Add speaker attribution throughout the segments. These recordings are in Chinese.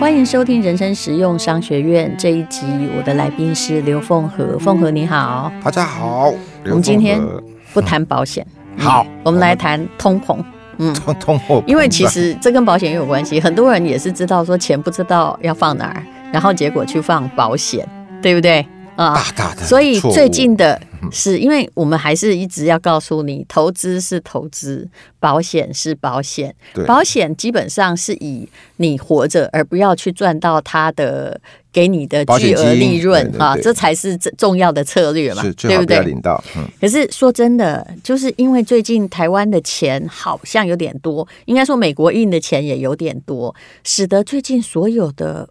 Speaker 1: 欢迎收听人生实用商学院这一集，我的来宾是刘凤和，凤和你好，
Speaker 2: 大家好，
Speaker 1: 嗯我们今天不谈保险，
Speaker 2: 好，
Speaker 1: 我们来谈通膨。
Speaker 2: 嗯，通 通货，
Speaker 1: 因为其实这跟保险也有关系，很多人也是知道说钱不知道要放哪儿，然后结果去放保险，对不对？啊、
Speaker 2: 大大的，
Speaker 1: 所以最近的是，因为我们还是一直要告诉你，投资是投资，保险是保险
Speaker 2: 对。
Speaker 1: 保险基本上是以你活着，而不要去赚到它的给你的
Speaker 2: 保
Speaker 1: 巨
Speaker 2: 险
Speaker 1: 额
Speaker 2: 金
Speaker 1: 利润
Speaker 2: 对对
Speaker 1: 啊，
Speaker 2: 对
Speaker 1: 这才是最重要的策略嘛
Speaker 2: 是，最
Speaker 1: 对
Speaker 2: 好
Speaker 1: 不
Speaker 2: 不要
Speaker 1: 对？
Speaker 2: 领到，嗯，
Speaker 1: 可是说真的，就是因为最近台湾的钱好像有点多，应该说美国印的钱也有点多，使得最近所有的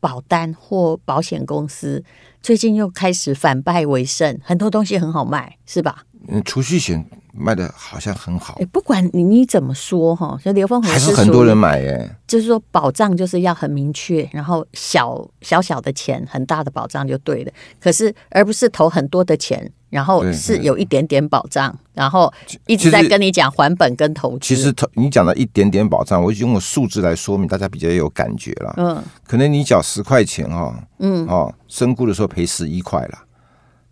Speaker 1: 保单或保险公司最近又开始反败为胜，很多东西很好卖，是吧？
Speaker 2: 嗯，储蓄险卖的好像很好
Speaker 1: 诶，哎不管你你怎么说哈，就刘凤和
Speaker 2: 还是
Speaker 1: 哎是
Speaker 2: 很
Speaker 1: 属
Speaker 2: 多
Speaker 1: 于
Speaker 2: 人买耶，
Speaker 1: 就是说保障就是要很明确，然后小小小的钱，很大的保障就对了。可是而不是投很多的钱，然后
Speaker 2: 对
Speaker 1: 是
Speaker 2: 对
Speaker 1: 有一点点保障，然后一直
Speaker 2: 其实
Speaker 1: 在跟你讲还本跟投资。
Speaker 2: 其实投你讲的一点点保障，我用我数字来说明，大家比较有感觉啦。
Speaker 1: 嗯，
Speaker 2: 可能你缴十块钱哦，嗯，哦，身故的时候赔十一块啦。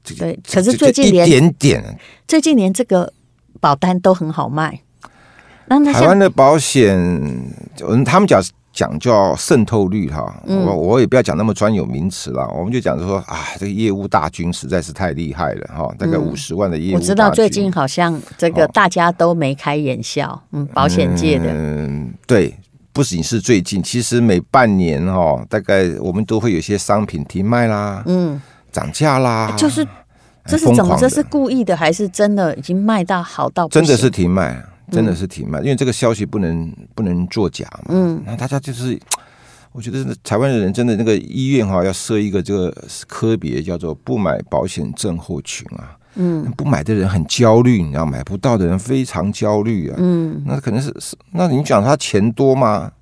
Speaker 2: 这个
Speaker 1: 对
Speaker 2: 这
Speaker 1: 可是
Speaker 2: 这
Speaker 1: 最近
Speaker 2: 这
Speaker 1: 连
Speaker 2: 一点点，
Speaker 1: 最近连这个保单都很好卖。那那
Speaker 2: 台湾
Speaker 1: 像
Speaker 2: 的保险，嗯，他们讲讲叫渗透率哈，
Speaker 1: 嗯
Speaker 2: 我我也不要讲那么专有名词啦，我们就讲说啊，这个业务大军实在是太厉害了哈，大概五十万的业
Speaker 1: 嗯
Speaker 2: 务
Speaker 1: 我
Speaker 2: 大军。
Speaker 1: 知道最近好像这个大家都眉开眼笑，嗯，保险界的，
Speaker 2: 嗯，对，不仅是最近，其实每半年哦，大概我们都会有些商品停卖啦，
Speaker 1: 嗯，哎
Speaker 2: 涨价啦，
Speaker 1: 就是这是
Speaker 2: 疯
Speaker 1: 怎么？
Speaker 2: 狂
Speaker 1: 这
Speaker 2: 的
Speaker 1: 是故意的还是真的已经卖到好到不
Speaker 2: 真
Speaker 1: 行
Speaker 2: 的是停卖，啊真的是停卖，因为这个消息不能不能作假嘛。嗯，那大家就是，我觉得真的台湾人真的那个医院哈、要设一个这个科别叫做不买保险症候群啊。嗯，不买的人很焦虑，你知道，买不到的人非常焦虑啊。嗯，那可能是是，那你讲他钱多吗？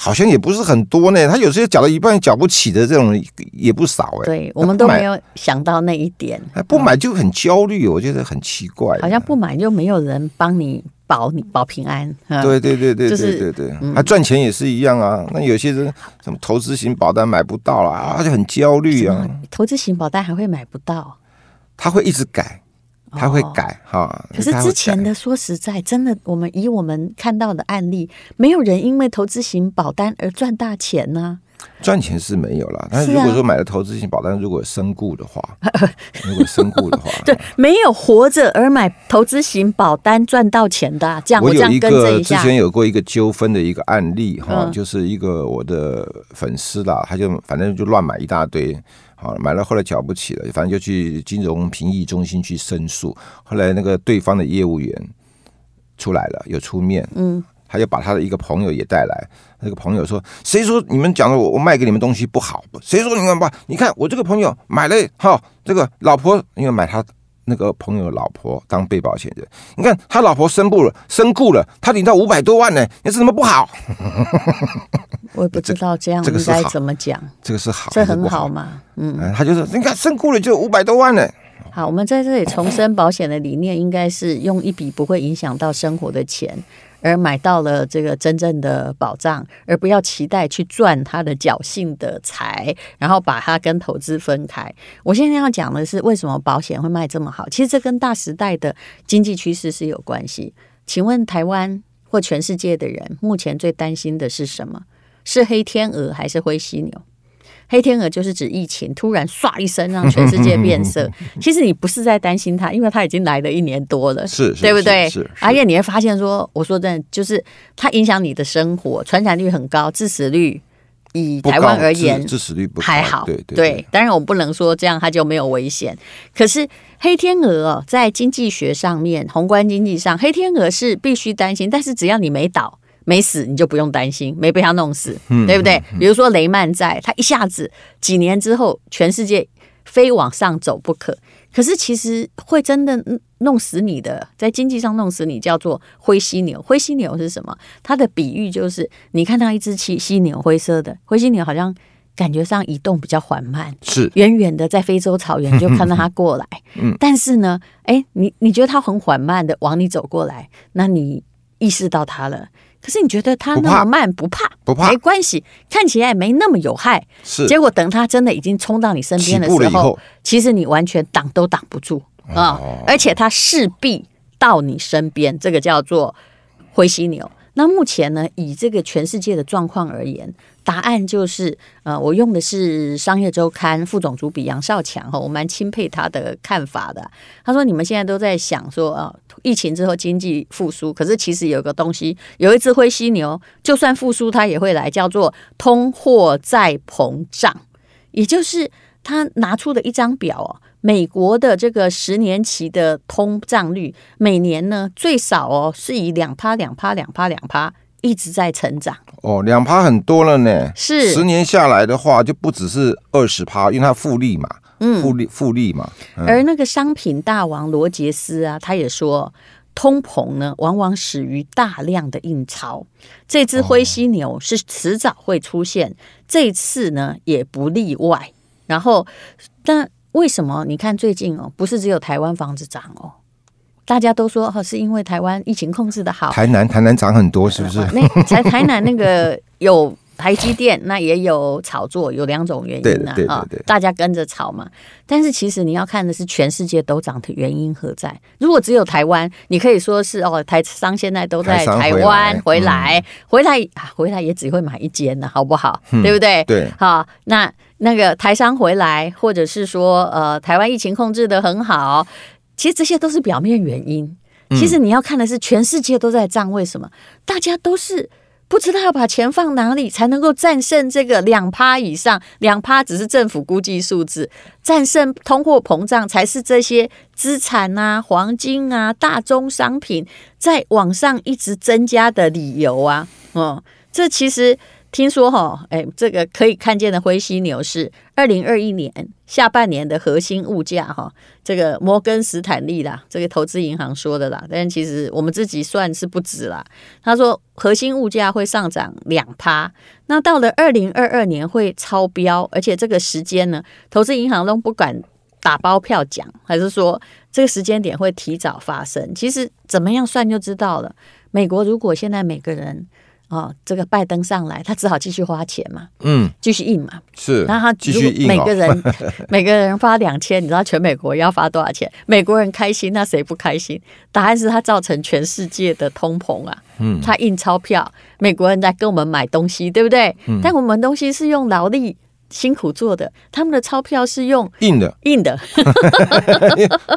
Speaker 2: 好像也不是很多呢，他有些缴到一半缴不起的这种也不少哎。
Speaker 1: 对，
Speaker 2: 那
Speaker 1: 我们都
Speaker 2: 不买
Speaker 1: 没有想到那一点。
Speaker 2: 哎，不买就很焦虑，我觉得很奇怪。啊
Speaker 1: 好像不买就没有人帮你保你保平安。嗯，
Speaker 2: 对对对对
Speaker 1: 就
Speaker 2: 对
Speaker 1: 是嗯
Speaker 2: 对对，啊，赚钱也是一样啊。那有些人什么投资型保单买不到啦，啊，就很焦虑啊。
Speaker 1: 嗯投资型保单还会买不到。
Speaker 2: 他会一直改，他会改哈。
Speaker 1: 哦可是
Speaker 2: 他嗯会
Speaker 1: 之前
Speaker 2: 改
Speaker 1: 的说实在，真的，我们以我们看到的案例，没有人因为投资型保单而赚大钱呢、
Speaker 2: 赚钱是没有啦，但
Speaker 1: 是
Speaker 2: 是如
Speaker 1: 啊
Speaker 2: 果说买了投资型保单，如果有身故 的话，如果身故的话，
Speaker 1: 对，没有活着而买投资型保单赚到钱的啊、这样我
Speaker 2: 我
Speaker 1: 这
Speaker 2: 有
Speaker 1: 样
Speaker 2: 一
Speaker 1: 跟着
Speaker 2: 个
Speaker 1: 一
Speaker 2: 之
Speaker 1: 下。
Speaker 2: 前有过一个纠纷的一个案例哈，
Speaker 1: 嗯
Speaker 2: 就是一个我的粉丝啦，他就反正就乱买一大堆，好买了后来缴不起了，反正就去金融评议中心去申诉，后来那个对方的业务员出来了，有出面，嗯。他就把他的一个朋友也带来，那个朋友说：“谁说你们讲的我我卖给你们东西不好？谁说你们吧？你看我这个朋友买了哈，这个老婆因为买他那个朋友的老婆当被保险人，你看他老婆身故了，身故了，他领到五百多万呢，那是什么不好？
Speaker 1: 我也不知道这样
Speaker 2: 这个
Speaker 1: 应
Speaker 2: 是
Speaker 1: 该
Speaker 2: 好
Speaker 1: 怎么讲，
Speaker 2: 这个是好，
Speaker 1: 这很好
Speaker 2: 好。
Speaker 1: 嘛。嗯，
Speaker 2: 嗯，他就说，你看身故了就五百多万呢，
Speaker 1: 好，我们在这里重申保险的理念，应该是用一笔不会影响到生活的钱，而买到了这个真正的保障，而不要期待去赚他的侥幸的财，然后把它跟投资分开。我现在要讲的是，为什么保险会卖这么好？其实这跟大时代的经济趋势是有关系。请问台湾或全世界的人，目前最担心的是什么？是黑天鹅还是灰犀牛？黑天鹅就是指疫情突然唰一声让全世界变色。其实你不是在担心它，因为它已经来了一年多了，
Speaker 2: 是是
Speaker 1: 对不对？
Speaker 2: 是是
Speaker 1: 而且你会发现说，我说真的，就是它影响你的生活，传染率很高，致死率以
Speaker 2: 不
Speaker 1: 台
Speaker 2: 高
Speaker 1: 湾而
Speaker 2: 致
Speaker 1: 言
Speaker 2: 致死率不高
Speaker 1: 还好，
Speaker 2: 对对，
Speaker 1: 当然我们不能说这样它就没有危险。可是黑天鹅哦，在经济学上面，宏观经济上，黑天鹅是必须担心，但是只要你没倒。没死你就不用担心，没被它弄死，
Speaker 2: 嗯
Speaker 1: 对不对？比如说雷曼债，它一下子几年之后，全世界非往上走不可。可是其实会真的嗯弄死你的，在经济上弄死你，叫做灰犀牛。灰犀牛是什么？它的比喻就是，你看到一只犀犀牛，灰色的灰犀牛好像感觉上移动比较缓慢，
Speaker 2: 是
Speaker 1: 远远的在非洲草原就看到它 过来。嗯，但是呢，哎，你你觉得它很缓慢的往你走过来，那你意识到它了。可是你觉得它
Speaker 2: 不
Speaker 1: 那
Speaker 2: 怕
Speaker 1: 么慢不怕，
Speaker 2: 不怕
Speaker 1: 没关系，看起来没那么有害。
Speaker 2: 是
Speaker 1: 结果等它真的已经冲到你身边的
Speaker 2: 起步了
Speaker 1: 时
Speaker 2: 以
Speaker 1: 候，
Speaker 2: 后
Speaker 1: 其实你完全挡都挡不住啊、而且它势必到你身边，这个叫做灰犀牛。那目前呢，以这个全世界的状况而言，答案就是，呃，我用的是《商业周刊》副总主笔杨少强哦哈，我蛮钦佩他的看法的。他说，你们现在都在想说啊、疫情之后经济复苏，可是其实有个东西，有一只灰犀牛，就算复苏它也会来，叫做通货再膨胀。也就是他拿出的一张表哦，美国的这个十年期的通胀率，每年呢最少哦是以两趴、两趴、两趴、两趴一直在成长，
Speaker 2: 哦，两趴很多了呢。
Speaker 1: 是
Speaker 2: 十年下来的话，就不只是二十趴，因为它复利嘛，嗯，复利复利嘛，
Speaker 1: 而那个商品大王罗杰斯啊，他也说。通膨呢，往往始于大量的印钞。这只灰犀牛是迟早会出现，这次呢也不例外。然后，但为什么你看最近哦，不是只有台湾房子涨哦，大家都说哦，是因为台湾疫情控制的好，
Speaker 2: 台南台南涨很多，是不是？
Speaker 1: 哦那台台南那个有台积电，那也有炒作，有两种原因
Speaker 2: 对的
Speaker 1: 啊，
Speaker 2: 对的
Speaker 1: 啊
Speaker 2: 对的
Speaker 1: 大家跟着炒嘛。但是其实你要看的是全世界都涨的原因何在。如果只有台湾，你可以说是哦，台商现在都在
Speaker 2: 台商
Speaker 1: 台
Speaker 2: 回来
Speaker 1: 湾回
Speaker 2: 嗯
Speaker 1: 来，回来、啊回来也只会买一间呢，好不好？对不对？
Speaker 2: 对，
Speaker 1: 好，那那个台商回来，或者是说呃，台湾疫情控制的很好，其实这些都是表面原因。其实你要看的是全世界都在涨，为什么？大家都是不知道要把钱放哪里才能够战胜这个两趴以上，两趴只是政府估计数字，战胜通货膨胀才是这些资产啊、黄金啊、大宗商品在往上一直增加的理由啊。嗯，这其实听说哈、哎，这个可以看见的灰犀牛是二零二一年下半年的核心物价哈、这个摩根斯坦利啦，这个投资银行说的啦，但其实我们自己算是不止啦。他说核心物价会上涨两趴，那到了二零二二年会超标，而且这个时间呢，投资银行都不敢打包票讲，还是说这个时间点会提早发生？其实怎么样算就知道了。美国如果现在每个人哦，这个拜登上来，他只好继续花钱嘛，
Speaker 2: 嗯，
Speaker 1: 继续印嘛，
Speaker 2: 是。
Speaker 1: 然后他
Speaker 2: 继
Speaker 1: 如
Speaker 2: 续
Speaker 1: 果
Speaker 2: 硬
Speaker 1: 每个
Speaker 2: 哦，
Speaker 1: 人每个人发两千，你知道全美国要发多少钱？美国人开心，那谁不开心？答案是他造成全世界的通膨啊！嗯，他印钞票，美国人在跟我们买东西，对不对？嗯、但我们东西是用劳力辛苦做的，他们的钞票是用
Speaker 2: 硬的，
Speaker 1: 印的。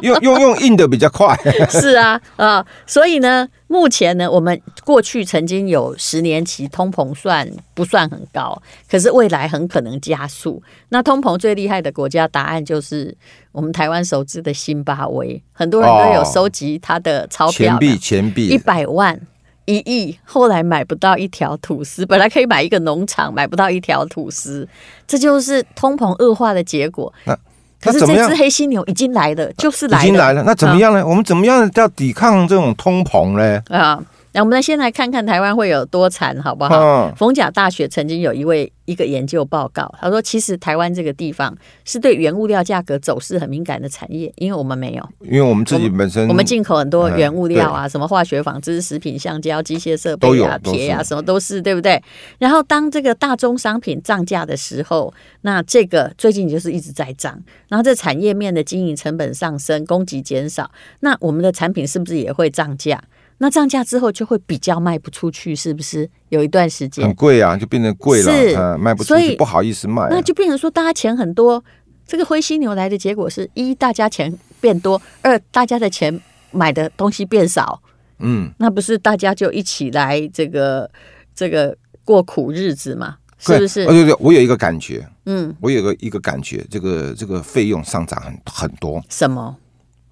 Speaker 2: 用用用硬的比较 快。
Speaker 1: 是啊，啊、所以呢，目前呢，我们过去曾经有十年期通膨算不算很高，可是未来很可能加速。那通膨最厉害的国家，答案就是我们台湾熟知的津巴威，很多人都有
Speaker 2: 哦
Speaker 1: 收集它的钞票
Speaker 2: 钱
Speaker 1: 的，
Speaker 2: 币钱
Speaker 1: 一
Speaker 2: 币，
Speaker 1: 百万、一亿，后来买不到一条吐司，本来可以买一个农场，买不到一条吐司，这就是通膨恶化的结果。
Speaker 2: 那
Speaker 1: 可是
Speaker 2: 那怎么
Speaker 1: 这
Speaker 2: 样
Speaker 1: 只黑犀牛已经来了，就是来了，
Speaker 2: 已经来了。那怎么
Speaker 1: 嗯
Speaker 2: 样呢？我们怎么样要抵抗这种通膨呢？
Speaker 1: 啊。那我们先来看看台湾会有多惨，好不好？
Speaker 2: 嗯，
Speaker 1: 逢甲大学曾经有一位一个研究报告，他说，其实台湾这个地方是对原物料价格走势很敏感的产业，因为我们没有，
Speaker 2: 因为我们自己本身
Speaker 1: 我们进口很多原物料啊，什么化学、纺织、食品、橡胶、机械设
Speaker 2: 都
Speaker 1: 备
Speaker 2: 有
Speaker 1: 啊、
Speaker 2: 嗯都是
Speaker 1: 铁啊，什么都是，对不对？然后当这个大宗商品涨价的时候，那这个最近就是一直在涨，然后这产业面的经营成本上升，供给减少，那我们的产品是不是也会涨价？那涨价之后就会比较卖不出去，是不是？有一段时间
Speaker 2: 很贵啊，就变成贵了，
Speaker 1: 是
Speaker 2: 嗯，卖不出
Speaker 1: 所以
Speaker 2: 去，不好意思卖啊。
Speaker 1: 那就变成说大家钱很多。这个灰犀牛来的结果是一，大家钱变多；二，大家的钱买的东西变少。
Speaker 2: 嗯，
Speaker 1: 那不是大家就一起来这个这个过苦日子嘛？是不
Speaker 2: 对哦
Speaker 1: 是？
Speaker 2: 对对，我有一个感觉，
Speaker 1: 嗯，
Speaker 2: 我有一个一个感觉，这个这个费用上涨很很多，
Speaker 1: 什么？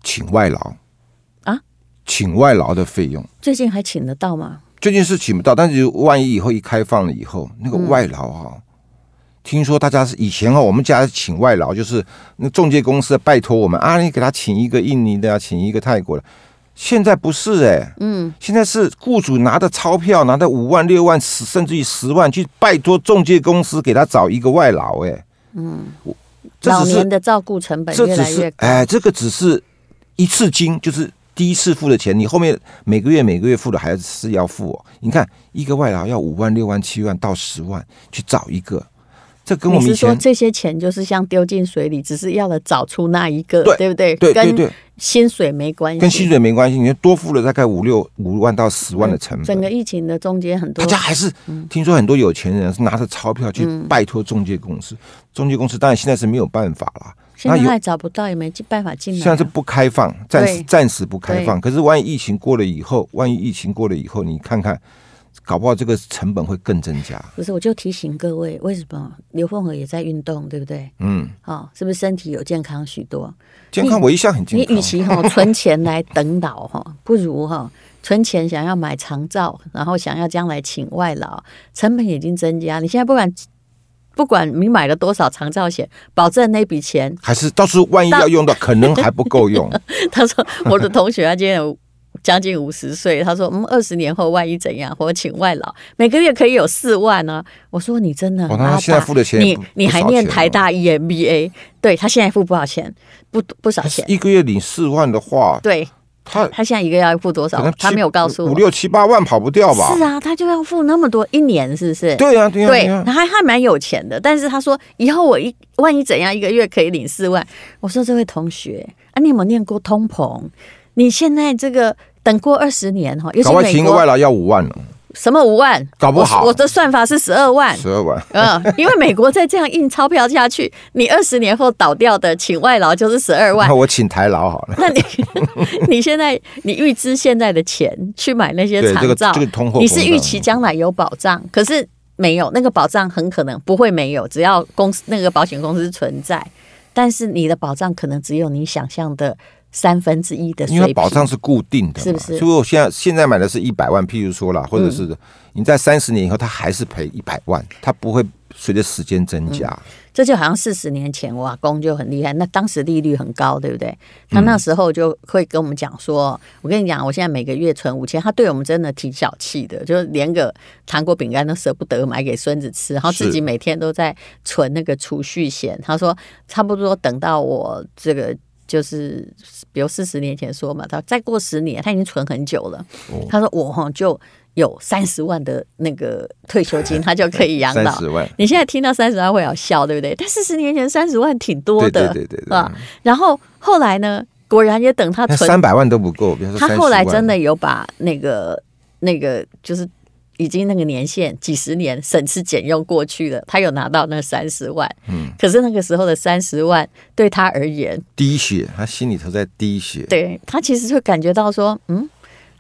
Speaker 2: 请外劳
Speaker 1: 啊，
Speaker 2: 请外劳的费用。
Speaker 1: 最近还请得到吗？
Speaker 2: 最近是请不到，但是万一以后一开放了以后，那个外劳哈、
Speaker 1: 嗯
Speaker 2: 听说大家是以前哦，我们家请外劳就是那中介公司拜托我们啊，你给他请一个印尼的啊，请一个泰国的。现在不是哎、嗯，现在是雇主拿着钞票，拿着五万、六万，十甚至于十万去拜托中介公司给他找一个外劳哎、嗯，这
Speaker 1: 老
Speaker 2: 只是
Speaker 1: 年的照顾成本
Speaker 2: 这
Speaker 1: 哎越
Speaker 2: 只
Speaker 1: 来越
Speaker 2: 是哎
Speaker 1: 高。
Speaker 2: 哎，这个只是一次金，就是第一次付的钱，你后面每个月每个月付的还是要付、哦。你看一个外劳要五万、六万、七万到十万去找一个，这跟我
Speaker 1: 你
Speaker 2: 们以
Speaker 1: 是说
Speaker 2: 前
Speaker 1: 这些钱就是像丢进水里，只是要了找出那一个，
Speaker 2: 对
Speaker 1: 对不对？
Speaker 2: 对对
Speaker 1: 跟
Speaker 2: 对，
Speaker 1: 薪水没关系，
Speaker 2: 跟薪水没关系，你就多付了大概五六五万到十万的成
Speaker 1: 整
Speaker 2: 本。
Speaker 1: 个疫情的中间很多嗯
Speaker 2: 大，家还是听说很多有钱人是拿着钞票去拜托中介公司，中介公司当然现在是没有办法啦，
Speaker 1: 现在
Speaker 2: 那有
Speaker 1: 还找不到，也没办法进来啊。
Speaker 2: 现在是不开放，暂时
Speaker 1: 对
Speaker 2: 暂时不开放。可是万一疫情过了以后，万一疫情过了以后，你看看，搞不好这个成本会更增加。
Speaker 1: 不是，我就提醒各位，为什么刘凤和也在运动，对不对？
Speaker 2: 嗯，
Speaker 1: 哦，是不是身体有健康许多？
Speaker 2: 健康我一向很
Speaker 1: 你
Speaker 2: 健
Speaker 1: 与
Speaker 2: 康，
Speaker 1: 其哈存钱来等老哈，不如哈存钱想要买长照，然后想要将来请外劳，成本已经增加。你现在不管不管你买了多少长照险，保证那笔钱
Speaker 2: 还是到时候万一要用到，可能 还不够用。
Speaker 1: 他说我的同学他今年有将近五十岁，他说嗯，二十年后万一怎样，我请外劳，每个月可以有四万呢、我说你真的很
Speaker 2: 哦
Speaker 1: 阿
Speaker 2: 那
Speaker 1: 爸，
Speaker 2: 他现在付的钱也
Speaker 1: 你
Speaker 2: 不
Speaker 1: 你
Speaker 2: 不
Speaker 1: 还
Speaker 2: 少
Speaker 1: 念
Speaker 2: 钱
Speaker 1: 台
Speaker 2: 了
Speaker 1: 大 E EMBA，对他现在付不少钱，不不少钱，
Speaker 2: 一个月领四万的话，
Speaker 1: 对
Speaker 2: 他
Speaker 1: 他现在一个月要付多
Speaker 2: 可
Speaker 1: 少
Speaker 2: 能？
Speaker 1: 他
Speaker 2: 七
Speaker 1: 没有告诉我。
Speaker 2: 五六七八万跑不掉吧？
Speaker 1: 是啊，他就要付那么多一年，是不是？
Speaker 2: 对呀，对呀，啊
Speaker 1: 对，
Speaker 2: 呀。
Speaker 1: 他还还蛮有钱的，但是他说以后我一万一怎样，一个月可以领四万。我说这位同学啊，你有没有念过通膨？你现在这个等过二十年哈，尤
Speaker 2: 搞不好
Speaker 1: 其
Speaker 2: 请
Speaker 1: 美
Speaker 2: 一个外
Speaker 1: 国
Speaker 2: 劳要五
Speaker 1: 啊
Speaker 2: 万了，
Speaker 1: 什么五万，
Speaker 2: 搞不好
Speaker 1: 我我的算法是十二 万。
Speaker 2: 十二万。
Speaker 1: 嗯，因为美国再这样印钞票下去，你二十年后倒掉的请外劳就是十二万
Speaker 2: 那，我请台劳好了。
Speaker 1: 那你 你现在你预支现在的钱去买那些
Speaker 2: 对这
Speaker 1: 长
Speaker 2: 个
Speaker 1: 照，
Speaker 2: 这个通货
Speaker 1: 你是
Speaker 2: 膨
Speaker 1: 预
Speaker 2: 胀
Speaker 1: 期将来有保障，可是没有那个保障，很可能不会没有，只要公司那个保险公司存在，但是你的保障可能只有你想象的三分之一的水
Speaker 2: 因为它
Speaker 1: 平。
Speaker 2: 保障是固定的嘛，
Speaker 1: 是不是嗯
Speaker 2: 所以我现在现在买的是一百万，譬如说啦，或者是你在三十年以后，它还是赔一百万，它不会随着时间增加。
Speaker 1: 这就好像四十年前我阿公就很厉害，那当时利率很高，对不对？他那时候就会跟我们讲说：“我跟你讲，我现在每个月存五千。”他对我们真的挺小气的，就是连个糖果饼干都舍不得买给孙子吃，然后自己
Speaker 2: 是
Speaker 1: 每天都在存那个储蓄险。他说：“差不多等到我这个。”就是，比如四十年前说嘛，他再过十年，他已经存很久了。他说我哈就有三十万的那个退休金，他就可以养
Speaker 2: 三
Speaker 1: 老。
Speaker 2: 十万，
Speaker 1: 你现在听到三十万会好笑，对不对？但四十年前三十万挺多
Speaker 2: 对
Speaker 1: 的，
Speaker 2: 对对对对，
Speaker 1: 啊。然后后来呢，果然也等他
Speaker 2: 那
Speaker 1: 存，
Speaker 2: 三百万都不够，比方说
Speaker 1: 他
Speaker 2: 30
Speaker 1: 后来
Speaker 2: 万
Speaker 1: 真的有把那个那个就是已经那个年限几十年省吃俭用过去了，他有拿到那三十万。
Speaker 2: 嗯，
Speaker 1: 可是那个时候的三十万对他而言，
Speaker 2: 滴血，他心里头在滴血。
Speaker 1: 对他其实就感觉到说，嗯。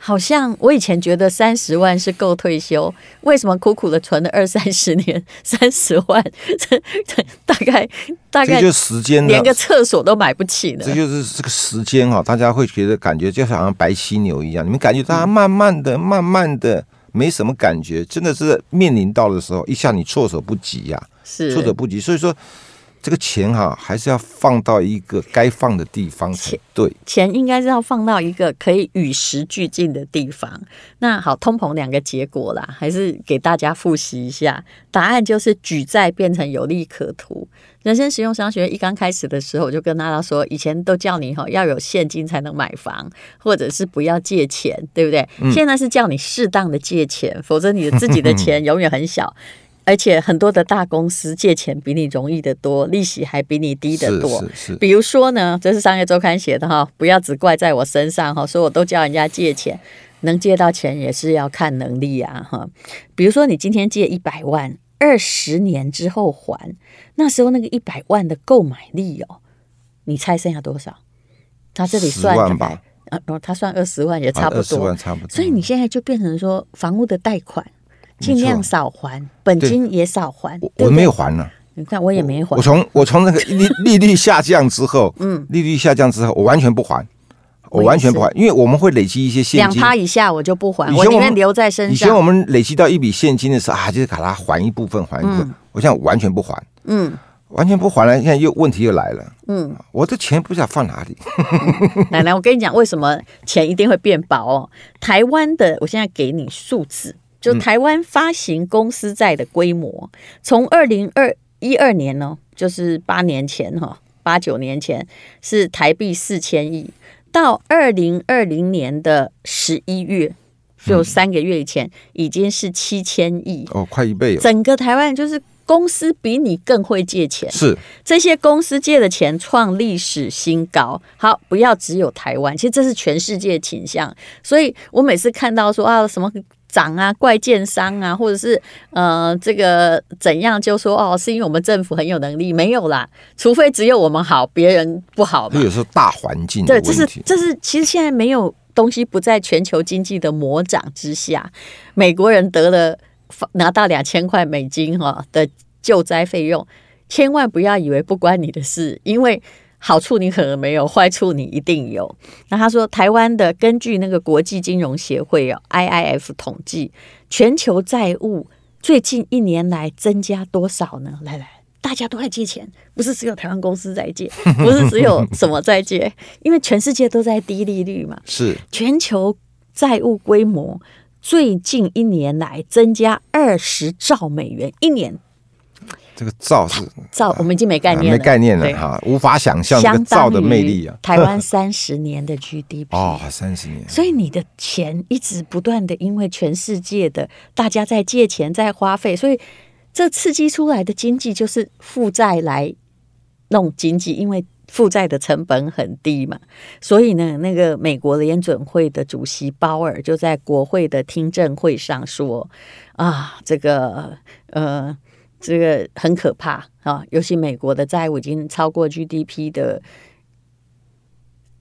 Speaker 1: 好像我以前觉得三十万是够退休，为什么苦苦的存了二三十年， 三十万，这这大概大
Speaker 2: 这
Speaker 1: 概
Speaker 2: 就是时间的
Speaker 1: 连个厕所都买不起呢
Speaker 2: 这。就是这个时间哈、大家会觉得感觉就好像白犀牛一样，你们感觉
Speaker 1: 嗯
Speaker 2: 大家慢慢的、慢慢的没什么感觉，真的是面临到的时候，一下你措手不及呀、
Speaker 1: 是
Speaker 2: 措手不及。所以说，这个钱哈、还是要放到一个该放的地方才对。
Speaker 1: 钱应该是要放到一个可以与时俱进的地方。那好，通膨两个结果啦，还是给大家复习一下。答案就是举债变成有利可图。人生实用商学院一刚开始的时候，我就跟大家说，以前都叫你哈哦要有现金才能买房，或者是不要借钱，对不对？
Speaker 2: 嗯
Speaker 1: 现在是叫你适当的借钱，否则你的自己的钱永远很小。
Speaker 2: 嗯
Speaker 1: 而且很多的大公司借钱比你容易得多，利息还比你低得
Speaker 2: 是
Speaker 1: 多。
Speaker 2: 是是，
Speaker 1: 比如说呢，这是《商业周刊》写的哈，不要只怪在我身上哈，说我都叫人家借钱，能借到钱也是要看能力啊哈。比如说你今天借一百万，二十年之后还，那时候那个一百万的购买力哦，你猜剩下多少？他这里算
Speaker 2: 10
Speaker 1: 的
Speaker 2: 万吧，啊
Speaker 1: 啊，哦他算二十万也差不
Speaker 2: 二十
Speaker 1: 多，
Speaker 2: 万嗯差不多。
Speaker 1: 所以你现在就变成说房屋的贷款。尽量少还，本金也少还。
Speaker 2: 我
Speaker 1: 对不对
Speaker 2: 我没有，还了、
Speaker 1: 你看我也没还
Speaker 2: 我。从我从那个 利利率下降之后，嗯，利率下降之后，我完全不还，
Speaker 1: 我
Speaker 2: 我
Speaker 1: 也
Speaker 2: 完全
Speaker 1: 是
Speaker 2: 不还，因为我们会累积一些现
Speaker 1: 两
Speaker 2: 金。
Speaker 1: 趴以下我就不还，
Speaker 2: 以前
Speaker 1: 我宁
Speaker 2: 我们
Speaker 1: 愿留在身
Speaker 2: 以前我
Speaker 1: 上。
Speaker 2: 们累积到一笔现金的时候啊，就是把它还一部分，还一部分。我现在完全不还，
Speaker 1: 嗯，
Speaker 2: 完全不还了，现在又问题又来了。
Speaker 1: 嗯，
Speaker 2: 我的钱不知道放哪里。
Speaker 1: 奶奶，我跟你讲，为什么钱一定会变薄哦？台湾的，我现在给你数字，
Speaker 2: 嗯
Speaker 1: 就台湾发行公司债的规模，从二零二一二年呢、哦，就是八年前哈、哦，八九年前是台币四千亿，到二零二零年的十一月，就三个月以前，已经是七千亿。
Speaker 2: 嗯哦，快一倍哦，
Speaker 1: 整个台湾就是公司比你更会借钱，
Speaker 2: 是
Speaker 1: 这些公司借的钱创历史新高。好，不要只有台湾，其实这是全世界倾向。所以我每次看到说啊什么。涨啊，怪建商啊，或者是呃，这个怎样就说哦，是因为我们政府很有能力，没有啦，除非只有我们好，别人不好嘛
Speaker 2: 那。有时候大环境
Speaker 1: 对，
Speaker 2: 的
Speaker 1: 这
Speaker 2: 问
Speaker 1: 是
Speaker 2: 题，
Speaker 1: 这是其实现在没有东西不在全球经济的魔掌之下，美国人得了拿到两千块美金哈、的救灾费用，千万不要以为不关你的事，因为。好处你可能没有，坏处你一定有。那他说，台湾的根据那个国际金融协会哦 （IIF） 统计，全球债务最近一年来增加多少呢？来来，大家都在借钱，不是只有台湾公司在借，不是只有什么在借，因为全世界都在低利率嘛。
Speaker 2: 是
Speaker 1: 全球债务规模最近一年来增加二十兆美元，一年
Speaker 2: 这个造是
Speaker 1: 兆我们已经没概
Speaker 2: 啊
Speaker 1: 念了，
Speaker 2: 没概念了
Speaker 1: 对
Speaker 2: 哈，无法想象这
Speaker 1: 相
Speaker 2: 个造
Speaker 1: 当
Speaker 2: 的
Speaker 1: 于
Speaker 2: 魅力啊！
Speaker 1: 台湾三十年的 GDP
Speaker 2: 哦，三十年，
Speaker 1: 所以你的钱一直不断的，因为全世界的大家在借钱在花费，所以这刺激出来的经济就是负债来弄经济，因为负债的成本很低嘛。所以呢，那个美国联准会的主席鲍尔就在国会的听证会上说啊，这个呃。这个很可怕啊！尤其美国的债务已经超过 GDP 的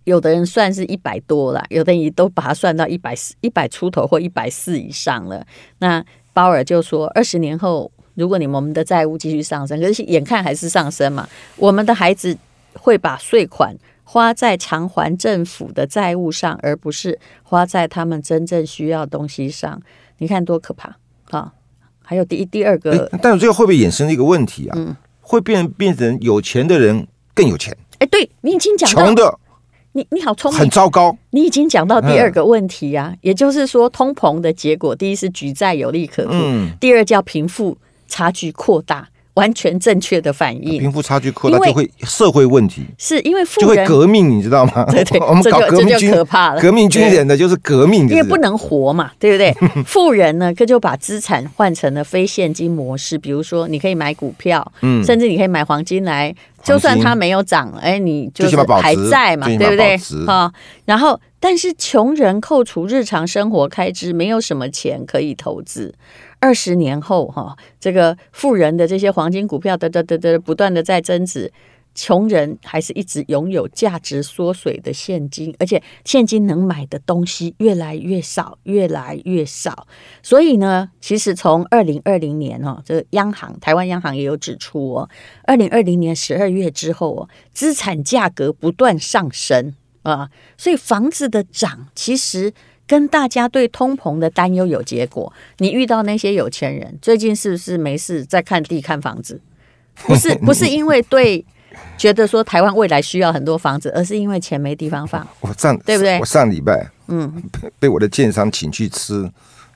Speaker 1: 有的人算是一百多了，有的人也都把它算到一百四、一百出头或一百四以上了。那鲍尔就说，二十年后，如果你们我们的债务继续上升，可是眼看还是上升嘛，我们的孩子会把税款花在偿还政府的债务上，而不是花在他们真正需要的东西上。你看多可怕啊！还有第一、第二
Speaker 2: 哎
Speaker 1: 个，，
Speaker 2: 但是这个会不会衍生一个问题啊？
Speaker 1: 嗯
Speaker 2: 会变变成有钱的人更有钱，
Speaker 1: 哎，对你已经讲
Speaker 2: 穷
Speaker 1: 到，
Speaker 2: 的
Speaker 1: 你你好聪明
Speaker 2: 很，嗯糟糕。
Speaker 1: 你已经讲到第二个问题啊，也就是说，通膨的结果，第一是举债有利可图，
Speaker 2: 嗯，
Speaker 1: 第二叫贫富差距扩大，完全正确的反应，
Speaker 2: 啊贫富差距扩大
Speaker 1: 嗯因为
Speaker 2: 就会社会问题，
Speaker 1: 是因为
Speaker 2: 就
Speaker 1: 富
Speaker 2: 会
Speaker 1: 人
Speaker 2: 革命，你知道吗？
Speaker 1: 对对
Speaker 2: 我们
Speaker 1: 这
Speaker 2: 搞
Speaker 1: 就
Speaker 2: 革命
Speaker 1: 这就
Speaker 2: 军
Speaker 1: 可怕了
Speaker 2: 革命军人的就是革命，
Speaker 1: 因为不
Speaker 2: 就是
Speaker 1: 能活嘛，对不 对？富人呢，他就把资产换成了非现金模式，比如说你可以买股票，
Speaker 2: 嗯
Speaker 1: 甚至你可以买黄金来，就算它没有涨，哎，你就
Speaker 2: 最
Speaker 1: 是
Speaker 2: 起码保值
Speaker 1: 还在嘛，
Speaker 2: 最起码
Speaker 1: 对不对
Speaker 2: 保值？
Speaker 1: 哈、然后但是穷人扣除日常生活开支，没有什么钱可以投资。二十年后，哈，这个富人的这些黄金股票，得得得得，不断的在增值，穷人还是一直拥有价值缩水的现金，而且现金能买的东西越来越少，越来越少。所以呢，其实从二零二零年哦，这个央行台湾央行也有指出哦，二零二零年十二月之后哦，资产价格不断上升啊，所以房子的涨其实。跟大家对通膨的担忧有结果。你遇到那些有钱人，最近是不是没事在看地看房 子？不是，不是因为对觉得说台湾未来需要很多房子，而是因为钱没地方放。
Speaker 2: 我上
Speaker 1: 对不对
Speaker 2: 我上礼拜嗯被我的建商请去吃，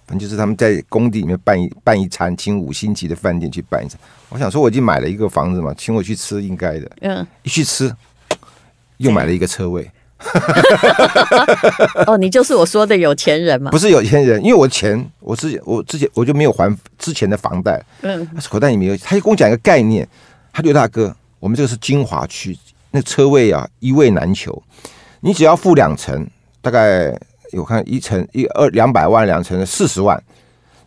Speaker 2: 反正就是他们在工地里面办一办一餐，请五星级的饭店去办一餐。我想说我已经买了一个房子嘛，请我去吃应该的，
Speaker 1: 嗯，
Speaker 2: 一去吃又买了一个车位。
Speaker 1: 哦，你就是我说的有钱人嘛
Speaker 2: 不。是有钱人，因为我钱，我之前我之前我就没有还之前的房贷，
Speaker 1: 嗯，
Speaker 2: 口袋里没有。他就跟我讲一个概念，他刘大哥，我们这个是金华区，那车位啊一位难求，你只要付两成，大概我看一层一二两百万，两层四十万，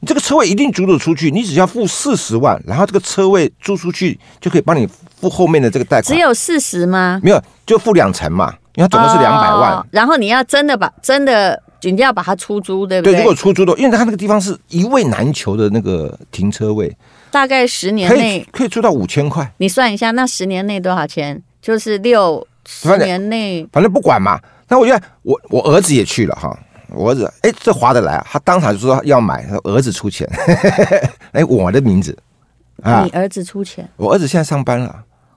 Speaker 2: 你这个车位一定租得出去，你只要付四十万，然后这个车位租出去就可以帮你付后面的这个贷
Speaker 1: 只
Speaker 2: 款，
Speaker 1: 有四十吗？
Speaker 2: 没有就付两成嘛，因为它总共是两百万。
Speaker 1: 哦然后你要真的把真的，你要把它出租，对不对？
Speaker 2: 对，如果出租的，因为他那个地方是一位难求的那个停车位，
Speaker 1: 大概十年
Speaker 2: 可以
Speaker 1: 内，
Speaker 2: 可以出到五千块，
Speaker 1: 你算一下，那十年内多少钱？就是六十
Speaker 2: 反正
Speaker 1: 年内，
Speaker 2: 反正不管嘛。那我觉得我我儿子也去了哈，我儿子哎这划得来啊，他当场就说要买，他说儿子出钱， 哎我的名字啊
Speaker 1: 你，儿子出钱，
Speaker 2: 我儿子现在上班了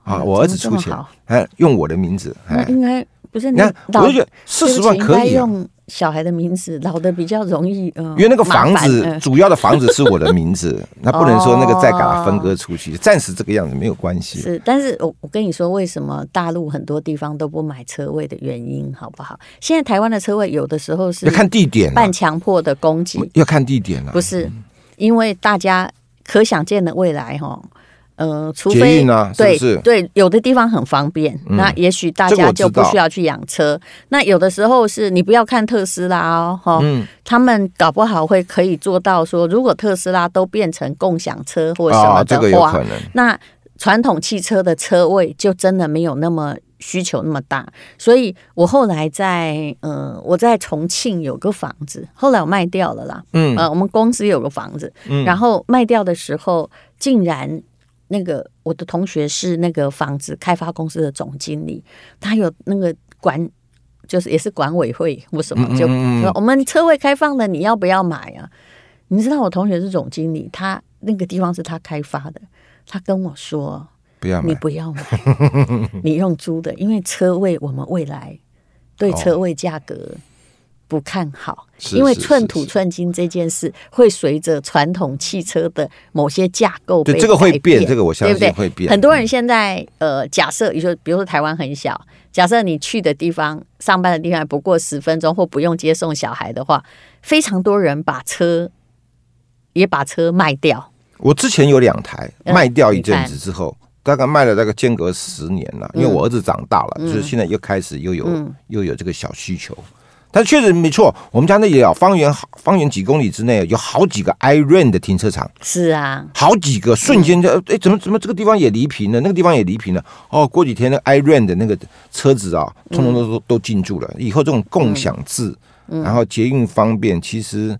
Speaker 2: 啊，
Speaker 1: 嗯
Speaker 2: 我儿子出
Speaker 1: 怎么这
Speaker 2: 钱
Speaker 1: 么好，
Speaker 2: 哎用我的名字，
Speaker 1: 那
Speaker 2: 哎
Speaker 1: 应该不是
Speaker 2: 你
Speaker 1: 你
Speaker 2: 看，我
Speaker 1: 老
Speaker 2: 就觉得四
Speaker 1: 对
Speaker 2: 十
Speaker 1: 不
Speaker 2: 万
Speaker 1: 起
Speaker 2: 可
Speaker 1: 应该
Speaker 2: 以、啊，
Speaker 1: 用小孩的名字，老的比较容易，嗯、
Speaker 2: 因为那个房
Speaker 1: 麻烦
Speaker 2: 子
Speaker 1: 嗯
Speaker 2: 主要的房子是我的 名字，那不能说那个再给它分割出去，暂时这个样子没有关系。
Speaker 1: 哦是，但是我我跟你说，为什么大陆很多地方都不买车位的原因，好不好？现在台湾的车位有的时候是
Speaker 2: 要看地点、啊
Speaker 1: 半，强迫的供给，
Speaker 2: 要看地点啊，
Speaker 1: 不是因为大家可想见的未来哈，呃，除
Speaker 2: 捷
Speaker 1: 非
Speaker 2: 运啊是不
Speaker 1: 对
Speaker 2: 是嗯
Speaker 1: 对，有的地方很方便，那也许大
Speaker 2: 这个
Speaker 1: 家
Speaker 2: 我知
Speaker 1: 就不
Speaker 2: 道
Speaker 1: 需要去养车。那有的时候是你不要看特斯拉哦，哈、
Speaker 2: 嗯
Speaker 1: 他们搞不好会可以做到说，如果特斯拉都变成共享车或什么
Speaker 2: 啊这
Speaker 1: 的
Speaker 2: 个有
Speaker 1: 话，
Speaker 2: 可能。
Speaker 1: 那传统汽车的车位就真的没有那么需求那么大，所以我后来在呃我在重庆有个房子，后来我卖掉了啦，
Speaker 2: 嗯
Speaker 1: 呃我们公司有个房子，
Speaker 2: 嗯
Speaker 1: 然后卖掉的时候竟然。那个我的同学是那个房子开发公司的总经理，他有那个管，就是也是管委会或什么，就
Speaker 2: 嗯嗯嗯
Speaker 1: 说我们车位开放了，你要不要买啊？你知道我同学是总经理，他那个地方是他开发的，他跟我说
Speaker 2: 不要
Speaker 1: 你
Speaker 2: 买，
Speaker 1: 不 要买，你用租的，因为车位我们未来对车位价格不看好，
Speaker 2: 是
Speaker 1: 因为
Speaker 2: 是
Speaker 1: 寸
Speaker 2: 是
Speaker 1: 土
Speaker 2: 是
Speaker 1: 寸金这件事会随着传统汽车的某些架构
Speaker 2: 对
Speaker 1: 被
Speaker 2: 这个会
Speaker 1: 改
Speaker 2: 变，这个我相
Speaker 1: 对不对
Speaker 2: 信会变。
Speaker 1: 很多人现在呃，假设你说，比如说台湾很小，假设你去的地方、上班的地方不过十分钟，或不用接送小孩的话，非常多人把车也把车卖掉。
Speaker 2: 我之前有两台，
Speaker 1: 嗯
Speaker 2: 卖掉一
Speaker 1: 你看
Speaker 2: 阵子之后，大概卖了大概间隔十年了，因为我儿子长大了，就是现在又开始又有、又有这个小需求。但确实没错，我们家那也有方圆方圆几公里之内有好几个 i r o n 的停车场，
Speaker 1: 是啊，
Speaker 2: 好几个瞬间
Speaker 1: 嗯
Speaker 2: 就哎、怎么怎么这个地方也离平了，那个地方也离平了。哦，过几天那 i r o n 的那个车子啊，通通都
Speaker 1: 嗯
Speaker 2: 都都进驻了。以后这种共享制，然后捷运方便，其实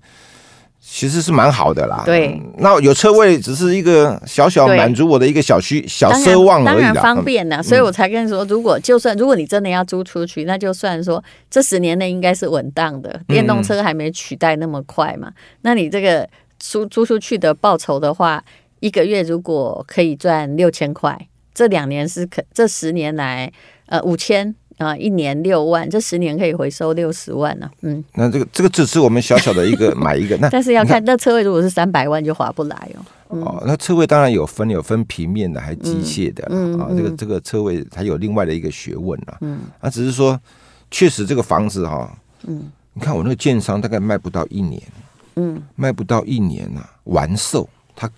Speaker 2: 其实是蛮好的啦。
Speaker 1: 对
Speaker 2: 嗯，那有车位只是一个小小
Speaker 1: 对
Speaker 2: 满足我的一个小需小
Speaker 1: 当然
Speaker 2: 奢望而
Speaker 1: 当
Speaker 2: 已
Speaker 1: 然
Speaker 2: 啦。嗯
Speaker 1: 方便呐、所以我才跟你说，如果就算如果你真的要租出去，那就算说这十年内应该是稳当的，
Speaker 2: 嗯
Speaker 1: 电动车还没取代那么快嘛。那你这个租租出去的报酬的话，一个月如果可以赚六千块，这两年是可这十年来呃五千。啊、一年六万，这十年可以回收六十万呢、嗯，
Speaker 2: 那这个这个只是我们小小的 一个买一个，那
Speaker 1: 但是要看那车位，如果是三百万就划不来哦。
Speaker 2: 哦，那车位当然有分，有分平面的，还机械的啦、
Speaker 1: 嗯
Speaker 2: 啊。这个这个车位它有另外的一个学问了。嗯，那、只是说，确实这个房子哈、嗯，你看我那个建商大概卖不到一年，嗯，卖不到一年啊，完售。他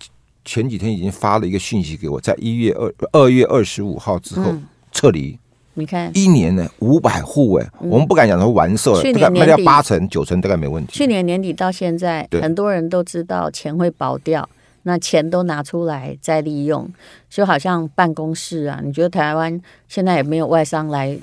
Speaker 2: 前几天已经发了一个讯息给我，在一月二二月二十五号之后、
Speaker 1: 嗯
Speaker 2: 撤离，
Speaker 1: 你看，
Speaker 2: 一年呢五百户哎，我们不敢讲说完售了，
Speaker 1: 嗯去
Speaker 2: 大
Speaker 1: 年
Speaker 2: 概卖
Speaker 1: 年
Speaker 2: 掉
Speaker 1: 底
Speaker 2: 八成九成大概没问题。
Speaker 1: 去年年底到现在，
Speaker 2: 对
Speaker 1: 很多人都知道钱会保掉，那钱都拿出来再利用，就好像办公室啊，你觉得台湾现在也没有外商来，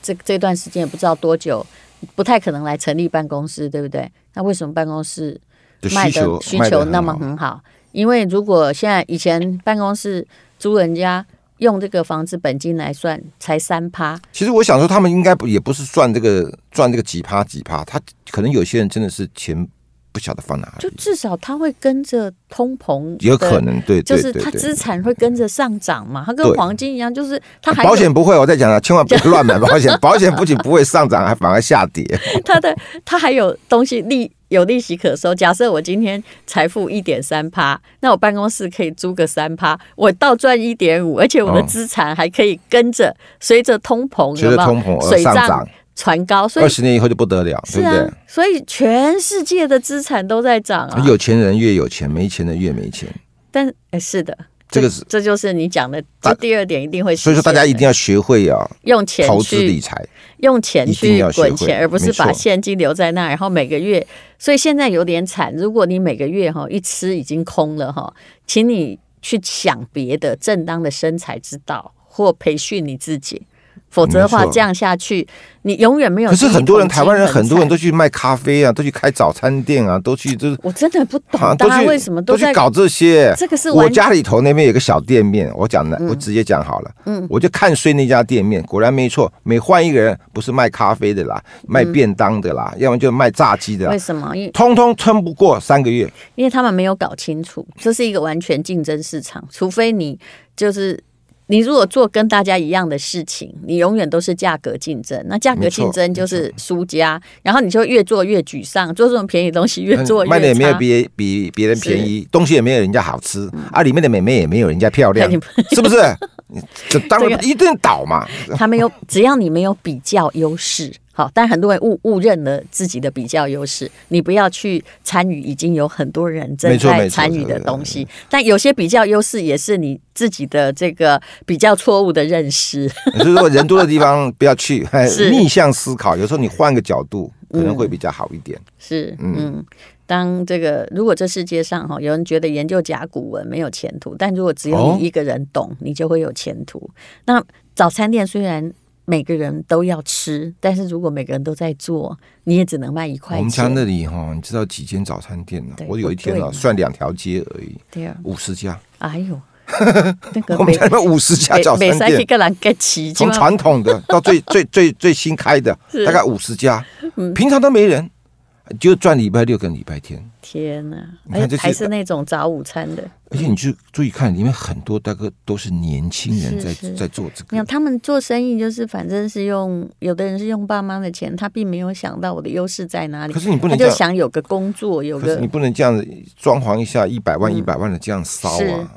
Speaker 1: 这这段时间也不知道多久，不太可能来成立办公室，对不对？那为什么办公室
Speaker 2: 的
Speaker 1: 卖
Speaker 2: 需
Speaker 1: 的
Speaker 2: 求
Speaker 1: 需
Speaker 2: 卖得
Speaker 1: 求
Speaker 2: 很
Speaker 1: 那么
Speaker 2: 好
Speaker 1: 很好？因为如果现在以前办公室租人家用这个房子本金来算，才三趴，
Speaker 2: 其实我想说，他们应该不也不是赚这个赚这个几趴几趴，他可能有些人真的是钱不晓得放哪
Speaker 1: 就
Speaker 2: 里，
Speaker 1: 至少它会跟着通膨，
Speaker 2: 有可。能对
Speaker 1: 就
Speaker 2: 对
Speaker 1: 是
Speaker 2: 对
Speaker 1: 它资
Speaker 2: 对。
Speaker 1: 产会跟着上涨嘛，它跟
Speaker 2: 对啊
Speaker 1: 黄金一样，就是它还有
Speaker 2: 保险不会，我再讲了，千万别乱买保险。保险不仅不会上涨，还反而下跌。
Speaker 1: 它的它还有东西利有利息可收。假设我今天财富一点三趴，那我办公室可以租个三趴，我倒赚一点五，而且我的
Speaker 2: 嗯
Speaker 1: 资产还可以跟着随着通膨，
Speaker 2: 随着
Speaker 1: 有没有
Speaker 2: 通膨而
Speaker 1: 水
Speaker 2: 上
Speaker 1: 涨
Speaker 2: 涨，
Speaker 1: 船高，所
Speaker 2: 二
Speaker 1: 以
Speaker 2: 十年以后就不得了，
Speaker 1: 是
Speaker 2: 对不
Speaker 1: 啊
Speaker 2: 对？，哎
Speaker 1: 所以全世界的资产都在涨啊。
Speaker 2: 有钱人越有钱，没钱人越没钱。
Speaker 1: 但哎是的，
Speaker 2: 这个是
Speaker 1: 这就是你讲的，
Speaker 2: 大
Speaker 1: 这第二点一定会实现
Speaker 2: 所以
Speaker 1: 的。
Speaker 2: 说，大家一定要学会啊，
Speaker 1: 用钱
Speaker 2: 投资
Speaker 1: 去
Speaker 2: 理财。
Speaker 1: 用钱去滚钱，而不是把
Speaker 2: 没错
Speaker 1: 现金留在那，然后每个月。所以现在有点惨，如果你每个月哈一吃已经空了哈，请你去想别的正当的生财之道，或培训你自己。否则的话，
Speaker 2: 没错
Speaker 1: 这样下去，你永远没有
Speaker 2: 可
Speaker 1: 第一桶金。
Speaker 2: 是很多人，台湾人
Speaker 1: 很
Speaker 2: 很多人
Speaker 1: 惨
Speaker 2: 都去卖咖啡啊，都去开早餐店啊，都去就是
Speaker 1: 我真的不懂
Speaker 2: 好像，
Speaker 1: 大
Speaker 2: 啊都
Speaker 1: 家
Speaker 2: 去
Speaker 1: 为什么
Speaker 2: 都
Speaker 1: 在
Speaker 2: 去搞这些？
Speaker 1: 这个是
Speaker 2: 我
Speaker 1: 完
Speaker 2: 家里头那边有个小店面，我讲的，我直接讲好了，嗯，我就看衰那家店面，果然没错，每换一个人，不是卖咖啡的啦，卖
Speaker 1: 嗯
Speaker 2: 便当的啦，要么就卖炸鸡的啦
Speaker 1: 为，什么？因为
Speaker 2: 通通撑不过三个月。
Speaker 1: 因为他们没有搞清楚，这是一个完全竞争市场，除非你就是你如果做跟大家一样的事情，你永远都是价格竞争。那价格竞争就是输家，然后你就越做越沮丧，做这种便宜东西 越做越
Speaker 2: 嗯卖的也没有
Speaker 1: 差。嗯
Speaker 2: 比比别人便宜，东西也没有人家好吃啊，里面的美眉也没有人家漂 亮
Speaker 1: 那你，
Speaker 2: 是不是？ 你这当
Speaker 1: 这
Speaker 2: 然一定倒嘛。
Speaker 1: 他没有，只要你没有比较优势，好，但很多人误误认了自己的比较优势，你不要去参与已经有很多人正
Speaker 2: 没错
Speaker 1: 在
Speaker 2: 没错
Speaker 1: 参与的
Speaker 2: 对对
Speaker 1: 东西。但有些比较优势也是你自己的这个比较错误的认识。
Speaker 2: 所以说，人多的地方不要去，哎
Speaker 1: 是嗯
Speaker 2: 逆向思考。有时候你换个角度，可能会比较好一点。
Speaker 1: 是，嗯，当这个如果这世界上哈有人觉得研究甲骨文没有前途，但如果只有
Speaker 2: 哦
Speaker 1: 你一个人懂，你就会有前途。那早餐店虽然每个人都要吃，但是如果每个人都在做，你也只能卖一块
Speaker 2: 我们家
Speaker 1: 钱。
Speaker 2: 那里哈，你知道几间早餐店呢、
Speaker 1: 对
Speaker 2: 我有一天
Speaker 1: 不对
Speaker 2: 啊，
Speaker 1: 嘛
Speaker 2: 算两条街而已，
Speaker 1: 对啊，
Speaker 2: 五十家。
Speaker 1: 哎 呦，那个
Speaker 2: 我们
Speaker 1: 北
Speaker 2: 家那五十家早
Speaker 1: 北
Speaker 2: 餐
Speaker 1: 北去
Speaker 2: 店，
Speaker 1: 个人给起，
Speaker 2: 从
Speaker 1: 基本上
Speaker 2: 传 统的到最最最最新开的
Speaker 1: 是，嗯
Speaker 2: 大概五十家，平常都没人，就赚礼拜六跟礼拜天。
Speaker 1: 天哪，
Speaker 2: 你
Speaker 1: 而
Speaker 2: 看
Speaker 1: 且
Speaker 2: 这是
Speaker 1: 还是那种早午餐的。
Speaker 2: 而且你去注意看，里面很多大哥都是年轻人
Speaker 1: 是
Speaker 2: 在
Speaker 1: 是
Speaker 2: 在做这
Speaker 1: 没有，
Speaker 2: 个。
Speaker 1: 他们做生意就是，反正是用有的人是用爸妈的钱，他并没有想到我的优势在哪里
Speaker 2: 可。是你不
Speaker 1: 他
Speaker 2: 能这
Speaker 1: 就
Speaker 2: 样，
Speaker 1: 想有个工作，有
Speaker 2: 可是
Speaker 1: 个嗯
Speaker 2: 你不能这样子装潢一下一百万一百万的这样烧啊！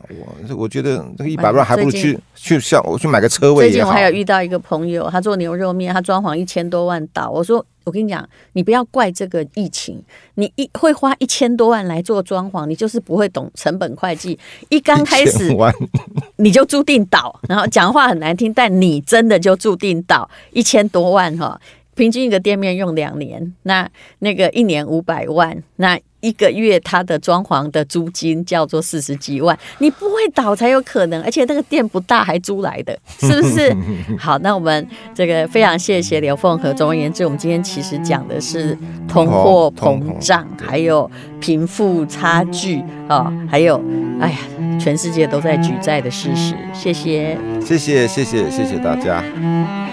Speaker 2: 我我觉得那个一百万还不如
Speaker 1: 最近
Speaker 2: 去去像我去买个车位
Speaker 1: 最
Speaker 2: 也
Speaker 1: 近我
Speaker 2: 好。啊
Speaker 1: 还有遇到一个朋友，他做牛肉面，他装潢一千多万倒。我说，我跟你讲，你不要怪这个疫情，你一会花一千多万来做装潢，你就是不会懂成本会计。一刚开始
Speaker 2: 1000万
Speaker 1: 你就注定倒，然后讲话很难听，但你真的就注定倒。一千多万哈，平均一个店面用两年，那那个一年五百万，那。一个月他的装潢的租金叫做四十几万，你不会倒才有可能，而且那个店不大，还租来的，是不 是？好，那我们这个非常谢谢刘凤和。总而言之，我们今天其实讲的是通货
Speaker 2: 嗯通
Speaker 1: 膨
Speaker 2: 膨
Speaker 1: 胀，
Speaker 2: 对
Speaker 1: 还有贫富差距啊、还有哎呀，全世界都在举债的事实。谢谢。
Speaker 2: 谢谢谢谢谢谢大家。